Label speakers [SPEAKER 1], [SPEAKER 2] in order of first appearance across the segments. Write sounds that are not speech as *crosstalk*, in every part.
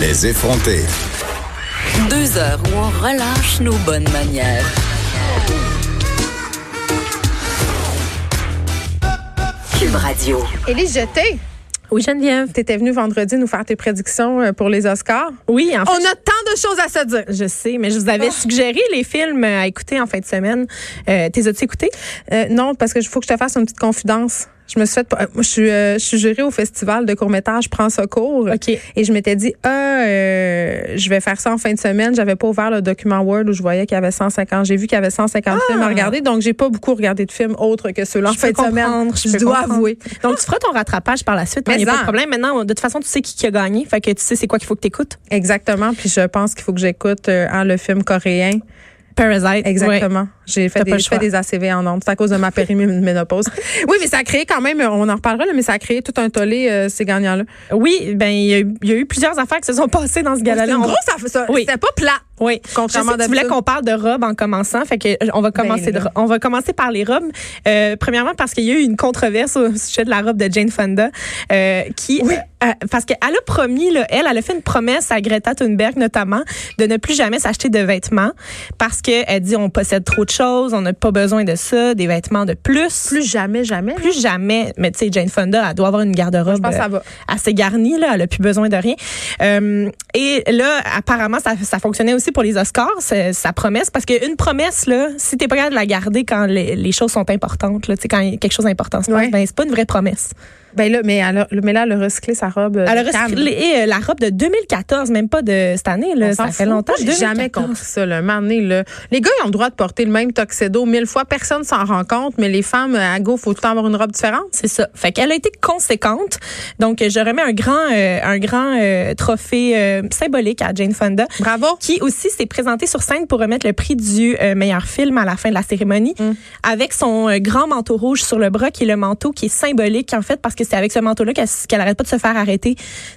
[SPEAKER 1] Les effronter.
[SPEAKER 2] Deux heures où on relâche nos bonnes manières. Cube Radio.
[SPEAKER 3] Élise Jeté,
[SPEAKER 4] Oui, Geneviève.
[SPEAKER 3] tu étais venue vendredi nous faire tes prédictions euh, pour les Oscars.
[SPEAKER 4] Oui, en fait.
[SPEAKER 3] On a tant de choses à se dire. Oh.
[SPEAKER 4] Je sais, mais je vous avais suggéré les films à écouter en fin de semaine. Euh, T'es as-tu écouté?
[SPEAKER 3] Euh, non, parce que je faut que je te fasse une petite confidence. Je me suis fait, euh, moi, je suis, euh, je suis jurée au festival de court métrage Prends Secours.
[SPEAKER 4] OK.
[SPEAKER 3] Et je m'étais dit, ah, euh, je vais faire ça en fin de semaine. J'avais pas ouvert le document Word où je voyais qu'il y avait 150. J'ai vu qu'il y avait 150 films à regarder, donc j'ai pas beaucoup regardé de films autres que ceux-là en
[SPEAKER 4] Ah! Je
[SPEAKER 3] fin
[SPEAKER 4] peux
[SPEAKER 3] de semaine.
[SPEAKER 4] comprendre, je
[SPEAKER 3] Je
[SPEAKER 4] peux
[SPEAKER 3] dois
[SPEAKER 4] comprendre.
[SPEAKER 3] avouer.
[SPEAKER 4] Donc, tu feras ton rattrapage par la suite. Il
[SPEAKER 3] Mais
[SPEAKER 4] n'y a pas
[SPEAKER 3] en.
[SPEAKER 4] de problème. Maintenant, de toute façon, tu sais qui, qui a gagné. Fait que tu sais c'est quoi qu'il faut que tu écoutes.
[SPEAKER 3] Exactement. Puis je pense qu'il faut que j'écoute euh, hein, le film coréen.
[SPEAKER 4] Parasite.
[SPEAKER 3] Exactement. J'ai fait,
[SPEAKER 4] T'as
[SPEAKER 3] des,
[SPEAKER 4] pas le
[SPEAKER 3] je fais
[SPEAKER 4] choix.
[SPEAKER 3] des ACV en ondes. C'est à cause de ma
[SPEAKER 4] *laughs*
[SPEAKER 3] périménopause. oui, mais ça a créé quand même, euh, on en reparlera, là, mais ça a créé tout un tollé, euh, ces gagnants-là.
[SPEAKER 4] Ouais. Oui, ben il y, a eu- il y a eu plusieurs affaires qui se sont passées dans ce
[SPEAKER 3] C'est
[SPEAKER 4] gala-là.
[SPEAKER 3] une
[SPEAKER 4] On-
[SPEAKER 3] grosse affaire, ça.
[SPEAKER 4] Oui.
[SPEAKER 3] C'était pas plat.
[SPEAKER 4] Oui,
[SPEAKER 3] Contrairement
[SPEAKER 4] Je sais que tu voulais
[SPEAKER 3] d'habitude. Ben,
[SPEAKER 4] qu'on parle de robes en commençant, fait que euh, on va commencer
[SPEAKER 3] là.
[SPEAKER 4] de- on va commencer par les robes. Euh, premièrement parce qu'il y a eu une controverse au sujet de la robe de Jane Fonda euh, qui euh, euh, parce qu'elle a promis là, elle elle a fait une promesse à Greta Thunberg notamment de ne plus jamais s'acheter de vêtements parce que elle dit on possède trop de choses, on n'a pas besoin de ça, des vêtements de plus.
[SPEAKER 3] Plus jamais, jamais.
[SPEAKER 4] Plus jamais, mais tu sais, Jane Fonda, elle doit avoir une garde-robe
[SPEAKER 3] je pense que ça va.
[SPEAKER 4] euh, assez garnie, là, elle n'a plus besoin de rien. Euh, et là, apparemment, ça, ça fonctionnait aussi pour les Oscars, sa, sa promesse, parce qu'une promesse, là, si t'es pas capable de la garder quand les, les choses sont importantes, là, tu sais, quand quelque chose d'important se passe,
[SPEAKER 3] Ouais.
[SPEAKER 4] ben, c'est pas une vraie promesse.
[SPEAKER 3] Ben là, mais, elle a- mais là, elle a recyclé sa robe. euh,
[SPEAKER 4] Elle a
[SPEAKER 3] de canne.
[SPEAKER 4] recyclé, euh, la robe de 2014, même pas de cette année, là,
[SPEAKER 3] On
[SPEAKER 4] ça
[SPEAKER 3] s'en
[SPEAKER 4] fait
[SPEAKER 3] fout.
[SPEAKER 4] longtemps.
[SPEAKER 3] J'ai jamais
[SPEAKER 4] 2014.
[SPEAKER 3] compris ça. Le mané, là. Les gars, ils ont le droit de porter le même tuxedo mille fois. Personne s'en rend compte, mais les femmes, euh, à go, faut tout le temps avoir une robe différente.
[SPEAKER 4] C'est ça. Fait qu'elle a été conséquente. Donc, je remets un grand, euh, un grand euh, trophée euh, symbolique à Jane Fonda.
[SPEAKER 3] Bravo.
[SPEAKER 4] qui aussi s'est présenté sur scène pour remettre le prix du euh, meilleur film à la fin de la cérémonie
[SPEAKER 3] Mm.
[SPEAKER 4] avec son euh, grand manteau rouge sur le bras qui est le manteau qui est symbolique en fait parce que c'est avec ce manteau là qu'elle n'arrête arrête pas de se faire arrêter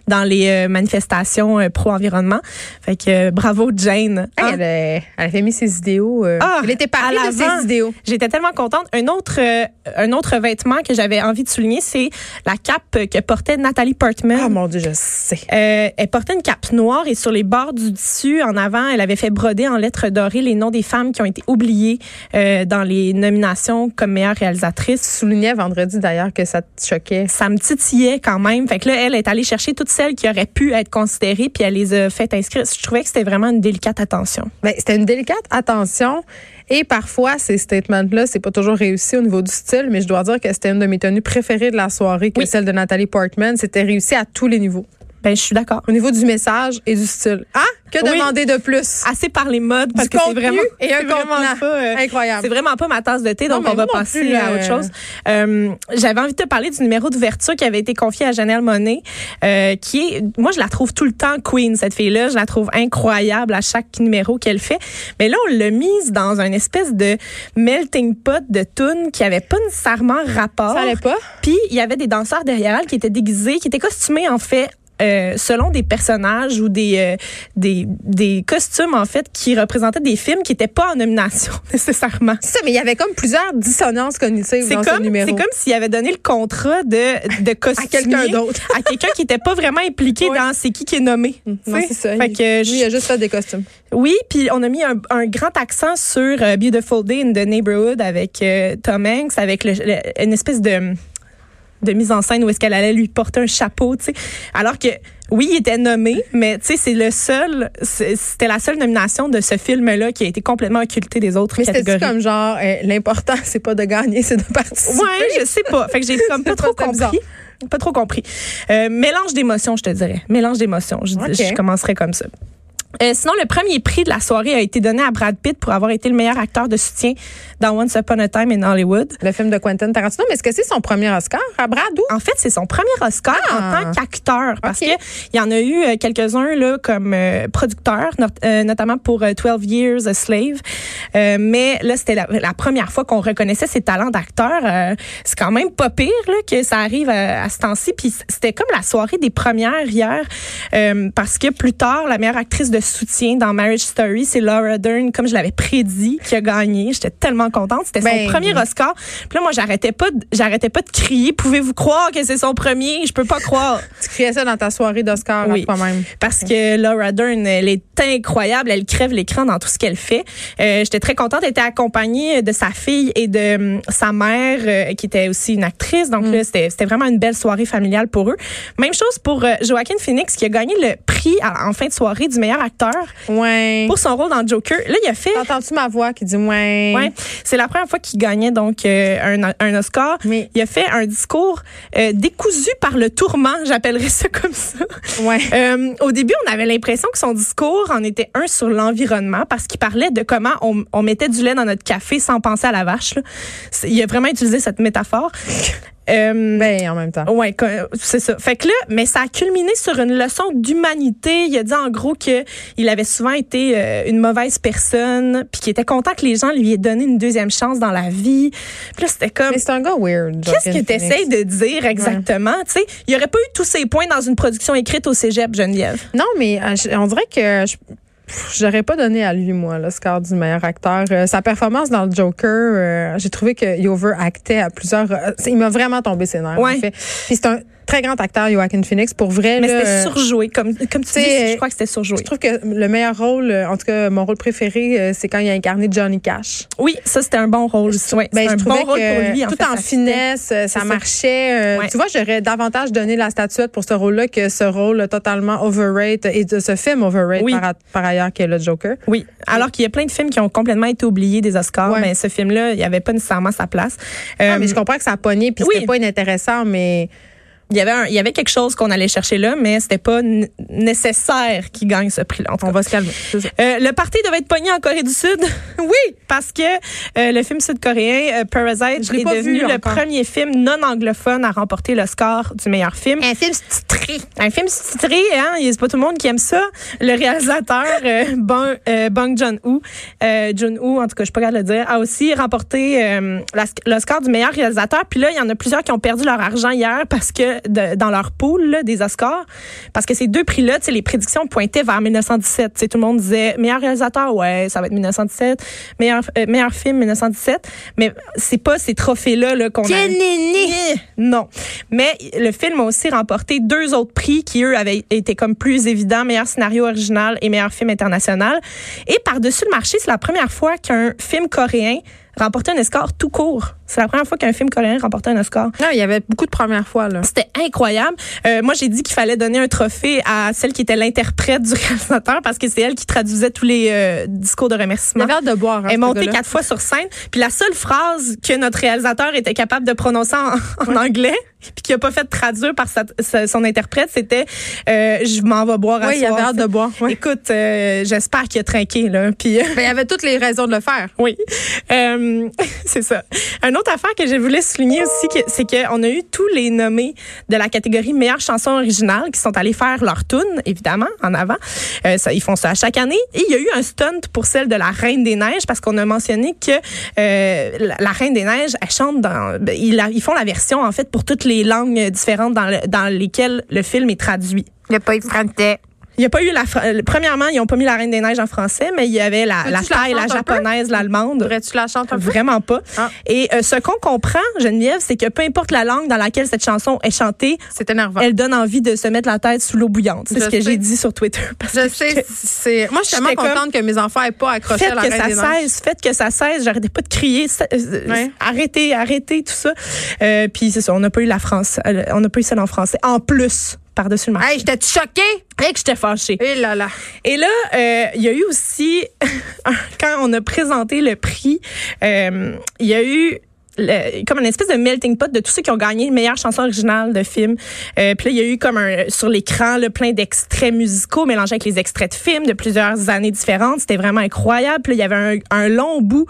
[SPEAKER 4] dans les euh, manifestations euh, pro-environnement. Fait que euh, bravo Jane.
[SPEAKER 3] Hey,
[SPEAKER 4] Hein?
[SPEAKER 3] elle, euh, elle avait mis ses idéaux. euh,
[SPEAKER 4] Ah,
[SPEAKER 3] elle était parée
[SPEAKER 4] à
[SPEAKER 3] de
[SPEAKER 4] l'avant.
[SPEAKER 3] ses idéaux.
[SPEAKER 4] J'étais tellement contente. Un autre, euh, un autre vêtement que j'avais envie de souligner, c'est la cape que portait Nathalie Portman.
[SPEAKER 3] Ah mon Dieu, je sais.
[SPEAKER 4] Euh, elle portait une cape noire et sur les bords du tissu en avant, elle avait fait broder en lettres dorées les noms des femmes qui ont été oubliées euh, dans les nominations comme meilleure réalisatrice.
[SPEAKER 3] soulignais vendredi d'ailleurs que ça te choquait.
[SPEAKER 4] Ça me titillait quand même. Fait que là, elle est allée chercher toutes celles qui auraient pu être considérées puis elle les a fait inscrire. Je trouvais que c'était vraiment une délicate attention.
[SPEAKER 3] Ben, c'était une délicate attention. Et parfois, ces statements-là, c'est pas toujours réussi au niveau du style, mais je dois dire que c'était une de mes tenues préférées de la soirée, que
[SPEAKER 4] Oui.
[SPEAKER 3] celle de Nathalie Portman. C'était réussi à tous les niveaux.
[SPEAKER 4] Ben, je suis d'accord.
[SPEAKER 3] Au niveau du message et du style. Ah, que
[SPEAKER 4] Oui.
[SPEAKER 3] demander de plus?
[SPEAKER 4] Assez par les modes parce
[SPEAKER 3] Du
[SPEAKER 4] que c'est
[SPEAKER 3] contenu
[SPEAKER 4] vraiment
[SPEAKER 3] et un
[SPEAKER 4] c'est vraiment
[SPEAKER 3] contenant.
[SPEAKER 4] pas, euh,
[SPEAKER 3] Incroyable.
[SPEAKER 4] C'est vraiment pas ma tasse de thé,
[SPEAKER 3] Non,
[SPEAKER 4] donc
[SPEAKER 3] mais
[SPEAKER 4] on va
[SPEAKER 3] moi non
[SPEAKER 4] passer
[SPEAKER 3] plus,
[SPEAKER 4] à
[SPEAKER 3] euh,
[SPEAKER 4] autre chose. Euh, J'avais envie de te parler du numéro d'ouverture qui avait été confié à Janelle Monet, euh, qui est, moi, je la trouve tout le temps queen, cette fille-là. Je la trouve incroyable à chaque numéro qu'elle fait. Mais là, on l'a mise dans un espèce de melting pot de tunes qui avait pas nécessairement rapport.
[SPEAKER 3] Ça allait pas?
[SPEAKER 4] Puis, il y avait des danseurs derrière elle qui étaient déguisés, qui étaient costumés, en fait, euh, selon des personnages ou des, euh, des, des costumes, en fait, qui représentaient des films qui n'étaient pas en nomination, *laughs* nécessairement.
[SPEAKER 3] C'est ça, mais il y avait comme plusieurs dissonances cognitives
[SPEAKER 4] C'est
[SPEAKER 3] dans ce
[SPEAKER 4] comme,
[SPEAKER 3] numéro.
[SPEAKER 4] c'est comme s'il avait donné le contrat
[SPEAKER 3] *laughs*
[SPEAKER 4] de, de costumier
[SPEAKER 3] quelqu'un d'autre.
[SPEAKER 4] à quelqu'un qui n'était pas vraiment impliqué
[SPEAKER 3] Ouais. Mm.
[SPEAKER 4] dans c'est qui qui est nommé.
[SPEAKER 3] Non,
[SPEAKER 4] Tu sais?
[SPEAKER 3] c'est ça.
[SPEAKER 4] Fait
[SPEAKER 3] Il-
[SPEAKER 4] que je-
[SPEAKER 3] lui, il a juste fait des costumes.
[SPEAKER 4] oui, puis on a mis un, un grand accent sur euh, Beautiful Day in the Neighborhood avec euh, Tom Hanks, avec le- le- une espèce de de mise en scène où est-ce qu'elle allait lui porter un chapeau, tu sais. Alors que, oui, il était nommé, mais tu sais, c'est le seul, c'est- c'était la seule nomination de ce film-là qui a été complètement occultée des autres
[SPEAKER 3] Mais c'était
[SPEAKER 4] catégories.
[SPEAKER 3] comme genre, euh, l'important, c'est pas de gagner, c'est de participer.
[SPEAKER 4] Ouais, je sais pas. Fait que j'ai comme pas
[SPEAKER 3] C'est
[SPEAKER 4] trop
[SPEAKER 3] pas bizarre.
[SPEAKER 4] compris. Pas trop compris. Euh, mélange d'émotions, je te dirais. Mélange d'émotions. Je,
[SPEAKER 3] Ok.
[SPEAKER 4] je commencerai comme ça. Euh, sinon, le premier prix de la soirée a été donné à Brad Pitt pour avoir été le meilleur acteur de soutien dans Once Upon a Time in Hollywood.
[SPEAKER 3] Le film de Quentin Tarantino, mais est-ce que c'est son premier Oscar à Brad ou?
[SPEAKER 4] En fait, c'est son premier Oscar
[SPEAKER 3] Ah.
[SPEAKER 4] en tant qu'acteur parce
[SPEAKER 3] Ok.
[SPEAKER 4] que il y en a eu euh, quelques-uns là comme euh, producteur not- euh, notamment pour euh, 12 Years a Slave. Euh, mais là c'était la, la première fois qu'on reconnaissait ses talents d'acteur. Euh, c'est quand même pas pire là, que ça arrive à, à ce euh, temps-ci puis c'était comme la soirée des premières hier euh, parce que plus tard la meilleure actrice de de soutien dans Marriage Story. C'est Laura Dern, comme je l'avais prédit, qui a gagné. J'étais tellement contente. C'était son
[SPEAKER 3] Ben,
[SPEAKER 4] premier Oscar. Puis là, moi, j'arrêtais pas, de- j'arrêtais pas de crier. Pouvez-vous croire que c'est son premier? Je peux pas croire.
[SPEAKER 3] Tu criais ça dans ta soirée d'Oscar
[SPEAKER 4] Oui.
[SPEAKER 3] quand même.
[SPEAKER 4] *laughs* parce que Laura Dern, elle est incroyable, elle crève l'écran dans tout ce qu'elle fait. Euh, J'étais très contente, elle était accompagnée de sa fille et de hum, sa mère, euh, qui était aussi une actrice. Donc là, c'était c'était vraiment une belle soirée familiale pour eux. Même chose pour euh, Joaquin Phoenix, qui a gagné le prix à- en fin de soirée du meilleur acteur
[SPEAKER 3] Ouais.
[SPEAKER 4] pour son rôle dans Joker. Là, il a fait...
[SPEAKER 3] T'entends-tu ma voix qui dit ouais?
[SPEAKER 4] Ouais, c'est la première fois qu'il gagnait donc euh, un, un Oscar.
[SPEAKER 3] Oui.
[SPEAKER 4] Il a fait un discours euh, décousu par le tourment, j'appellerais ça comme ça.
[SPEAKER 3] Ouais.
[SPEAKER 4] *laughs* Euh, au début, on avait l'impression que son discours en était un sur l'environnement parce qu'il parlait de comment on, on mettait du lait dans notre café sans penser à la vache. là. C'est- Il a vraiment utilisé cette métaphore. *laughs* Euh,
[SPEAKER 3] Ben, en même temps.
[SPEAKER 4] Ouais, co- c'est ça. Fait que là, mais ça a culminé sur une leçon d'humanité. Il a dit en gros que il avait souvent été euh, une mauvaise personne, puis qu'il était content que les gens lui aient donné une deuxième chance dans la vie. Puis là, c'était comme
[SPEAKER 3] Mais c'est un gars weird.
[SPEAKER 4] Qu'est-ce que
[SPEAKER 3] Joaquin
[SPEAKER 4] tu
[SPEAKER 3] Phoenix.
[SPEAKER 4] essayes de dire exactement? Tu sais, il n'y aurait pas eu tous ces points dans une production écrite au cégep, Geneviève.
[SPEAKER 3] Non, mais euh, je- on dirait que je pff, j'aurais pas donné à lui, moi, le score du meilleur acteur. Euh, sa performance dans le Joker, euh, j'ai trouvé qu'il overactait à plusieurs. euh, c'est- il m'a vraiment tombé ses nerfs,
[SPEAKER 4] Ouais.
[SPEAKER 3] en fait. Puis c'est un très grand acteur, Joaquin Phoenix. Pour vrai,
[SPEAKER 4] Mais
[SPEAKER 3] là,
[SPEAKER 4] c'était
[SPEAKER 3] euh,
[SPEAKER 4] surjoué. Comme, comme tu
[SPEAKER 3] c'est-
[SPEAKER 4] dis, je crois que c'était surjoué.
[SPEAKER 3] je trouve que le meilleur rôle, euh, en tout cas mon rôle préféré, euh, c'est quand il a incarné Johnny Cash.
[SPEAKER 4] Oui, ça, c'était un bon rôle. Ouais,
[SPEAKER 3] Ben,
[SPEAKER 4] c'était
[SPEAKER 3] je
[SPEAKER 4] un
[SPEAKER 3] trouvais
[SPEAKER 4] bon rôle
[SPEAKER 3] que
[SPEAKER 4] pour lui.
[SPEAKER 3] tout
[SPEAKER 4] fait,
[SPEAKER 3] en
[SPEAKER 4] ça
[SPEAKER 3] finesse, euh, ça
[SPEAKER 4] ça.
[SPEAKER 3] marchait. Euh,
[SPEAKER 4] Ouais.
[SPEAKER 3] Tu vois, j'aurais davantage donné la statuette pour ce rôle-là que ce rôle totalement overrate et de ce film overrate
[SPEAKER 4] Oui.
[SPEAKER 3] par, a- par ailleurs que le Joker.
[SPEAKER 4] fitait. Oui, alors qu'il y a plein de films qui ont complètement été oubliés des Oscars,
[SPEAKER 3] Ouais.
[SPEAKER 4] mais ce film-là, il n'y avait pas nécessairement sa place.
[SPEAKER 3] Ah,
[SPEAKER 4] Euh,
[SPEAKER 3] mais je comprends que ça a pogné puis
[SPEAKER 4] oui.
[SPEAKER 3] c'était pas inintéressant, mais
[SPEAKER 4] il, y avait un- il y avait quelque chose qu'on allait chercher là, mais c'était pas n- nécessaire qu'il gagne ce prix-là. en tout
[SPEAKER 3] on
[SPEAKER 4] cas.
[SPEAKER 3] va se calmer. C'est ça.
[SPEAKER 4] Euh, le parti devait être pogné en Corée du Sud. *laughs* oui, parce que euh, le film sud-coréen euh, Parasite
[SPEAKER 3] Je l'ai
[SPEAKER 4] est
[SPEAKER 3] pas vu
[SPEAKER 4] devenu le
[SPEAKER 3] encore.
[SPEAKER 4] premier film non anglophone à remporter le score du meilleur film.
[SPEAKER 2] Un film titré.
[SPEAKER 4] Un film titré, hein, il- c'est pas tout le monde qui aime ça. Le réalisateur euh, Bong, euh, Bong Joon-ho, euh, Joon-ho, en tout cas, je suis pas capable de le dire, a aussi remporté euh, la- l'Oscar du meilleur réalisateur. Puis là, il y en a plusieurs qui ont perdu leur argent hier parce que de- dans leur pool là, des Oscars, parce que ces deux prix-là, tu sais, les prédictions pointaient vers 1917. Tu sais, tout le monde disait meilleur réalisateur, ouais, ça va être 1917. Meilleur euh, meilleur film 1917, mais c'est pas ces trophées-là là, qu'on a. Eh, Non. Mais le film a aussi remporté deux autres prix qui, eux, avaient été comme plus évidents, meilleur scénario original et meilleur film international. Et par-dessus le marché, c'est la première fois qu'un film coréen remportait un Oscar tout court. C'est la première fois qu'un film coréen remportait un Oscar.
[SPEAKER 3] Non, il y avait beaucoup de premières fois là.
[SPEAKER 4] C'était incroyable. Euh, moi, j'ai dit qu'il fallait donner un trophée à celle qui était l'interprète du *laughs* réalisateur parce que c'est elle qui traduisait tous les euh, discours de
[SPEAKER 3] Il
[SPEAKER 4] remerciement.
[SPEAKER 3] avait hâte de boire. hein,
[SPEAKER 4] Elle est
[SPEAKER 3] ce
[SPEAKER 4] montée
[SPEAKER 3] gars-là.
[SPEAKER 4] quatre fois sur scène. Puis la seule phrase que notre réalisateur était capable de prononcer en, en anglais, puis qu'il n'a pas fait traduire par sa- sa- son interprète, c'était euh, Je m'en vais boire à
[SPEAKER 3] Oui, il
[SPEAKER 4] soir.
[SPEAKER 3] avait hâte de boire. ouais.
[SPEAKER 4] Écoute, euh, j'espère qu'il a trinqué, là. Puis. euh,
[SPEAKER 3] Ben, il avait toutes les raisons de le faire.
[SPEAKER 4] oui, Euh, *laughs* c'est ça. Une autre affaire que je voulais souligner aussi, que- c'est qu'on a eu tous les nommés de la catégorie meilleure chanson originale qui sont allés faire leur tune, évidemment, en avant. Euh, ça, ils font ça à chaque année. Et il y a eu un stunt pour celle de la Reine des Neiges parce qu'on a mentionné que euh, la, la Reine des Neiges, elle chante dans... ben, ils, la- ils font la version, en fait, pour toutes les langues différentes dans, le- dans lesquelles le film est traduit.
[SPEAKER 2] Il n'y a pas eu de français.
[SPEAKER 4] Il n'y a pas eu la. Fra- euh, Premièrement, ils n'ont pas mis la Reine des Neiges en français, mais il y avait la,
[SPEAKER 3] Veux-tu
[SPEAKER 4] la
[SPEAKER 3] que je la
[SPEAKER 4] thaï, la
[SPEAKER 3] chante un peu?
[SPEAKER 4] japonaise, l'allemande.
[SPEAKER 3] Pourrais-tu la chanter un peu?
[SPEAKER 4] Vraiment pas.
[SPEAKER 3] Ah.
[SPEAKER 4] Et euh, ce qu'on comprend, Geneviève, c'est que peu importe la langue dans laquelle cette chanson est chantée,
[SPEAKER 3] C'est énervant.
[SPEAKER 4] elle donne envie de se mettre la tête sous l'eau bouillante.
[SPEAKER 3] Je
[SPEAKER 4] C'est ce que
[SPEAKER 3] sais.
[SPEAKER 4] j'ai dit sur Twitter. Parce
[SPEAKER 3] Je
[SPEAKER 4] que
[SPEAKER 3] sais, c'est. Moi, je suis tellement
[SPEAKER 4] J'étais comme-
[SPEAKER 3] contente que mes enfants aient pas accroché
[SPEAKER 4] Faites
[SPEAKER 3] à la
[SPEAKER 4] que
[SPEAKER 3] Reine
[SPEAKER 4] ça
[SPEAKER 3] des Neiges.
[SPEAKER 4] cesse, faites que ça cesse. J'arrêtais pas de crier. ça- euh,
[SPEAKER 3] Ouais.
[SPEAKER 4] Arrêtez, arrêtez, tout ça. Euh, Puis c'est ça, on n'a pas eu la France. euh, On n'a pas eu celle en français. En plus, par-dessus le marché.
[SPEAKER 3] Hey, j'étais choquée.
[SPEAKER 4] Et que j'étais fâchée.
[SPEAKER 3] Et là là.
[SPEAKER 4] Et là, euh, il y a eu aussi, *laughs* quand on a présenté le prix, euh, il y a eu le- comme une espèce de melting pot de tous ceux qui ont gagné meilleure chanson originale de film. Euh, puis là, il y a eu comme un, sur l'écran là, plein d'extraits musicaux mélangés avec les extraits de films de plusieurs années différentes. C'était vraiment incroyable. Puis là, il y avait un, un long bout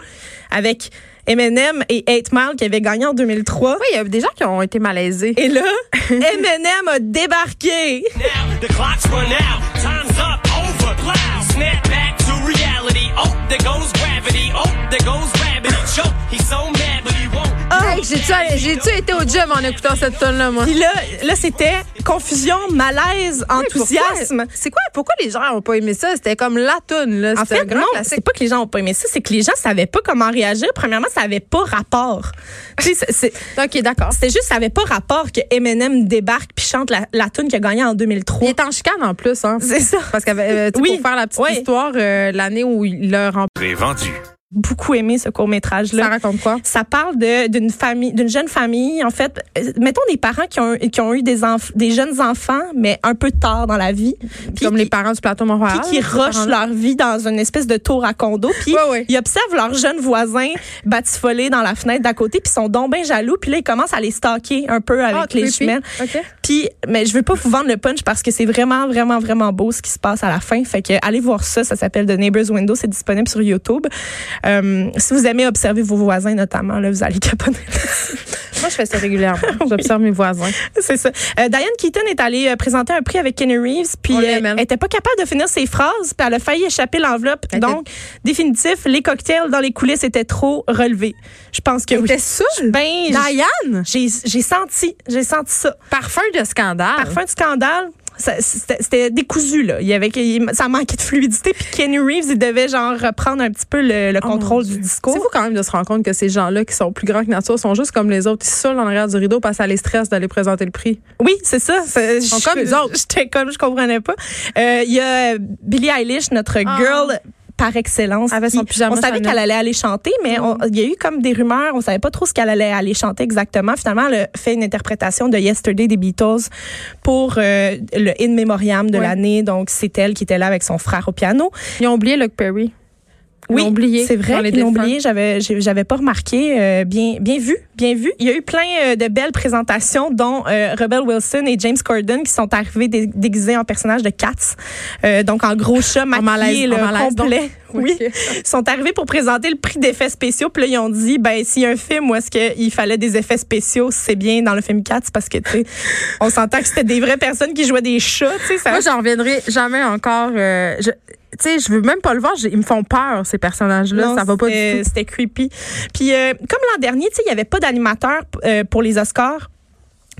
[SPEAKER 4] avec Eminem et 8 Mile qui avaient gagné en 2003.
[SPEAKER 3] Oui, il y a des gens qui ont été malaisés.
[SPEAKER 4] Et là, *laughs* Eminem a débarqué.
[SPEAKER 1] now. The clock's run out. Time's up. Over. Plow. Snap back to reality. Oh, there goes gravity. Oh, there goes gravity. Choke. He's so mad, but he won't.
[SPEAKER 3] Hey, j'ai-tu- j'ai-tu J'ai-tu été au gym en écoutant cette tonne-là, moi?
[SPEAKER 4] Puis là, là c'était confusion, malaise, enthousiasme.
[SPEAKER 3] Pourquoi? C'est quoi? Pourquoi les gens n'ont pas aimé ça? C'était comme la toune, là.
[SPEAKER 4] En
[SPEAKER 3] C'était
[SPEAKER 4] fait,
[SPEAKER 3] un grand
[SPEAKER 4] non, c'est
[SPEAKER 3] classique.
[SPEAKER 4] pas que les gens ont pas aimé ça, c'est que les gens savaient pas comment réagir. Premièrement, ça avait pas rapport. Tu sais, c'est- c'est-
[SPEAKER 3] OK, d'accord.
[SPEAKER 4] c'était juste, ça avait pas rapport que Eminem débarque puis chante la, la tune qu'il a gagnée en
[SPEAKER 3] Il
[SPEAKER 4] 2003.
[SPEAKER 3] est en chicane en plus, hein?
[SPEAKER 4] C'est ça.
[SPEAKER 3] Parce que euh, tu sais,
[SPEAKER 4] Oui.
[SPEAKER 3] pour faire la petite
[SPEAKER 4] Oui.
[SPEAKER 3] histoire, euh, l'année où il leur en...
[SPEAKER 1] Les vendus.
[SPEAKER 4] Beaucoup aimé ce court métrage
[SPEAKER 3] Ça
[SPEAKER 4] là.
[SPEAKER 3] raconte quoi?
[SPEAKER 4] Ça parle de- d'une famille, d'une jeune famille, en fait. Euh, Mettons des parents qui ont, qui ont eu des, enf- des jeunes enfants, mais un peu tard dans la vie. Puis
[SPEAKER 3] Comme les
[SPEAKER 4] qui-
[SPEAKER 3] parents du plateau Montréal.
[SPEAKER 4] puis qui rushent leur vie dans une espèce de tour à condo. Puis
[SPEAKER 3] Ouais, ouais.
[SPEAKER 4] ils observent leurs jeunes voisins batifolés dans la fenêtre d'à côté, puis ils sont donc bien jaloux. Puis là, ils commencent à les stalker un peu avec
[SPEAKER 3] Ah,
[SPEAKER 4] les
[SPEAKER 3] creepy.
[SPEAKER 4] jumelles.
[SPEAKER 3] OK.
[SPEAKER 4] Puis, mais je veux pas vous vendre le punch parce que c'est vraiment, vraiment, vraiment beau ce qui se passe à la fin. Fait que allez voir ça. Ça s'appelle The Neighbor's Window. C'est disponible sur YouTube. Euh, si vous aimez observer vos voisins, notamment, là, vous allez *laughs* capoter.
[SPEAKER 3] Moi, je fais ça
[SPEAKER 4] *laughs*
[SPEAKER 3] régulièrement. J'observe mes voisins.
[SPEAKER 4] C'est ça. Euh, Diane Keaton est allée euh, présenter un prix avec Kenny Reeves, puis
[SPEAKER 3] On
[SPEAKER 4] euh,
[SPEAKER 3] l'aime,
[SPEAKER 4] elle
[SPEAKER 3] elle.
[SPEAKER 4] n'était pas capable de finir ses phrases, puis elle a failli échapper l'enveloppe.
[SPEAKER 3] Elle
[SPEAKER 4] Donc, définitif, les cocktails dans les coulisses étaient trop relevés. Je pense que oui.
[SPEAKER 3] T'es sûre?
[SPEAKER 4] Ben, j-
[SPEAKER 3] Diane?
[SPEAKER 4] j'ai j'ai senti, j'ai senti ça.
[SPEAKER 3] Parfum de scandale.
[SPEAKER 4] Parfum de scandale. ça- C'était c'était décousu, là. Il y avait, il- ça manquait de fluidité. Puis Kenny Reeves, il devait, genre, reprendre un petit peu le, le
[SPEAKER 3] Oh mon
[SPEAKER 4] contrôle
[SPEAKER 3] Dieu.
[SPEAKER 4] du
[SPEAKER 3] C'est
[SPEAKER 4] discours.
[SPEAKER 3] fou quand même de se rendre compte que ces gens-là qui sont plus grands que nature sont juste comme les autres. Ils se saoulent en arrière du rideau parce que ça les stresse d'aller présenter le prix.
[SPEAKER 4] Oui, c'est ça. C'est-
[SPEAKER 3] sont
[SPEAKER 4] je-
[SPEAKER 3] comme nous autres.
[SPEAKER 4] J'étais comme, je comprenais pas. Euh, Il y a Billie Eilish, notre
[SPEAKER 3] Ah.
[SPEAKER 4] girl par excellence.
[SPEAKER 3] Avec son
[SPEAKER 4] qui-
[SPEAKER 3] pyjama Mm.
[SPEAKER 4] on savait
[SPEAKER 3] Chanel.
[SPEAKER 4] qu'elle allait aller chanter, mais on- il y a eu comme des rumeurs. On savait pas trop ce qu'elle allait aller chanter exactement. Finalement, elle a fait une interprétation de Yesterday des Beatles pour euh, le In Memoriam de
[SPEAKER 3] Ouais.
[SPEAKER 4] l'année. Donc, c'est elle qui était là avec son frère au piano.
[SPEAKER 3] Ils ont oublié Luke Perry. Ils l'ont oublié
[SPEAKER 4] c'est
[SPEAKER 3] dans
[SPEAKER 4] vrai
[SPEAKER 3] les
[SPEAKER 4] qu'ils l'ont
[SPEAKER 3] défunts.
[SPEAKER 4] oublié. J'avais, j'ai- j'avais pas remarqué. Euh, bien, bien vu, bien vu. Il y a eu plein euh, de belles présentations, dont euh, Rebel Wilson et James Corden qui sont arrivés dé- déguisés en personnages de Cats. Euh, donc en gros chat maquillé,
[SPEAKER 3] malaise,
[SPEAKER 4] le
[SPEAKER 3] en malaise, donc.
[SPEAKER 4] complet. Oui,
[SPEAKER 3] *laughs* Ok.
[SPEAKER 4] Ils sont arrivés pour présenter le prix d'effets spéciaux. Puis là, ils ont dit, ben s'il y a un film où est-ce qu'il fallait des effets spéciaux, c'est bien dans le film Cats parce que tu sais, on s'entend que c'était des vraies personnes qui jouaient des chats. Tu sais, ça-
[SPEAKER 3] Moi, j'en reviendrai jamais encore. euh, je- tu sais, je veux même pas le voir. J'ai- Ils me font peur, ces personnages-là.
[SPEAKER 4] Non,
[SPEAKER 3] Ça va pas
[SPEAKER 4] c'était-
[SPEAKER 3] du tout.
[SPEAKER 4] C'était creepy. Puis euh, comme l'an dernier, tu sais, il n'y avait pas d'animateur euh, pour les Oscars.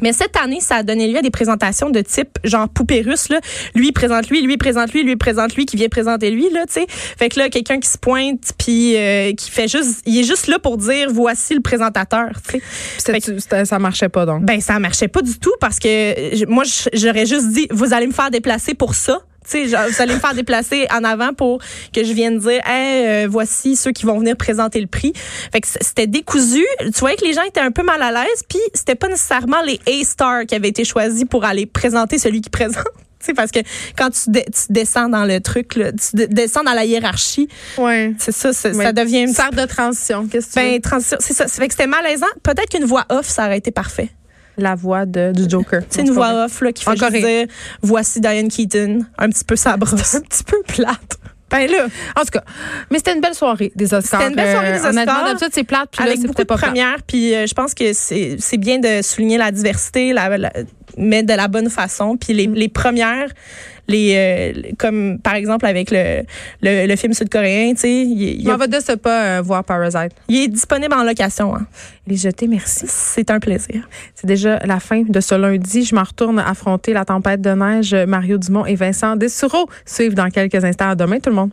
[SPEAKER 4] Mais cette année, ça a donné lieu à des présentations de type genre poupée russe là, lui il présente lui, lui il présente lui, lui il présente lui qui vient présenter lui là, tu sais. Fait que là quelqu'un qui se pointe puis euh, qui fait juste il est juste là pour dire voici le présentateur, tu sais.
[SPEAKER 3] C'était-
[SPEAKER 4] Fait que-
[SPEAKER 3] c'était- ça marchait pas, donc.
[SPEAKER 4] ben ça marchait pas du tout parce que euh, j- moi j- j'aurais juste dit vous allez me faire déplacer pour ça. Tu sais, genre, vous allez me faire déplacer en avant pour que je vienne dire hey, euh, voici ceux qui vont venir présenter le prix. Fait que c- c'était décousu, tu voyais que les gens étaient un peu mal à l'aise puis c'était pas nécessairement les A stars qui avaient été choisis pour aller présenter celui qui *laughs* présente. Tu sais, parce que quand tu, dé- tu descends dans le truc, là, tu dé- descends dans la hiérarchie,
[SPEAKER 3] Ouais.
[SPEAKER 4] c'est ça, c'est-
[SPEAKER 3] Ouais.
[SPEAKER 4] ça devient une
[SPEAKER 3] Sarde de transition. Qu'est-ce que tu
[SPEAKER 4] ben, transition. C'est ça. Fait que c'était malaisant. Peut-être qu'une voix off, ça aurait été parfait.
[SPEAKER 3] veux? La voix de, du Joker.
[SPEAKER 4] C'est une voix off là, qui fait
[SPEAKER 3] En
[SPEAKER 4] juste
[SPEAKER 3] Corée.
[SPEAKER 4] dire voici Diane Keaton, un petit peu sa
[SPEAKER 3] *laughs*
[SPEAKER 4] brosse. un petit peu plate. Ben là,
[SPEAKER 3] En tout cas, mais c'était une belle soirée des Oscars.
[SPEAKER 4] C'était une belle soirée des
[SPEAKER 3] Euh, Honnêtement,
[SPEAKER 4] Oscars.
[SPEAKER 3] d'habitude, c'est plate. Puis là,
[SPEAKER 4] avec
[SPEAKER 3] c'est
[SPEAKER 4] beaucoup de
[SPEAKER 3] peut-être pas plate.
[SPEAKER 4] premières, puis euh, je pense que c'est c'est bien de souligner la diversité, la- la- mais de la bonne façon. Puis
[SPEAKER 3] Mm.
[SPEAKER 4] les, les premières, les euh, les- comme par exemple avec le, le, le film sud-coréen, tu sais, il, il-
[SPEAKER 3] Je m'en vais de ce pas euh, voir Parasite.
[SPEAKER 4] il est disponible en location. hein.
[SPEAKER 3] Les jeter, merci.
[SPEAKER 4] C'est un plaisir.
[SPEAKER 3] C'est déjà la fin de ce lundi. Je m'en retourne affronter la tempête de neige. Mario Dumont et Vincent Dessureau suivent dans quelques instants. À demain, tout le monde.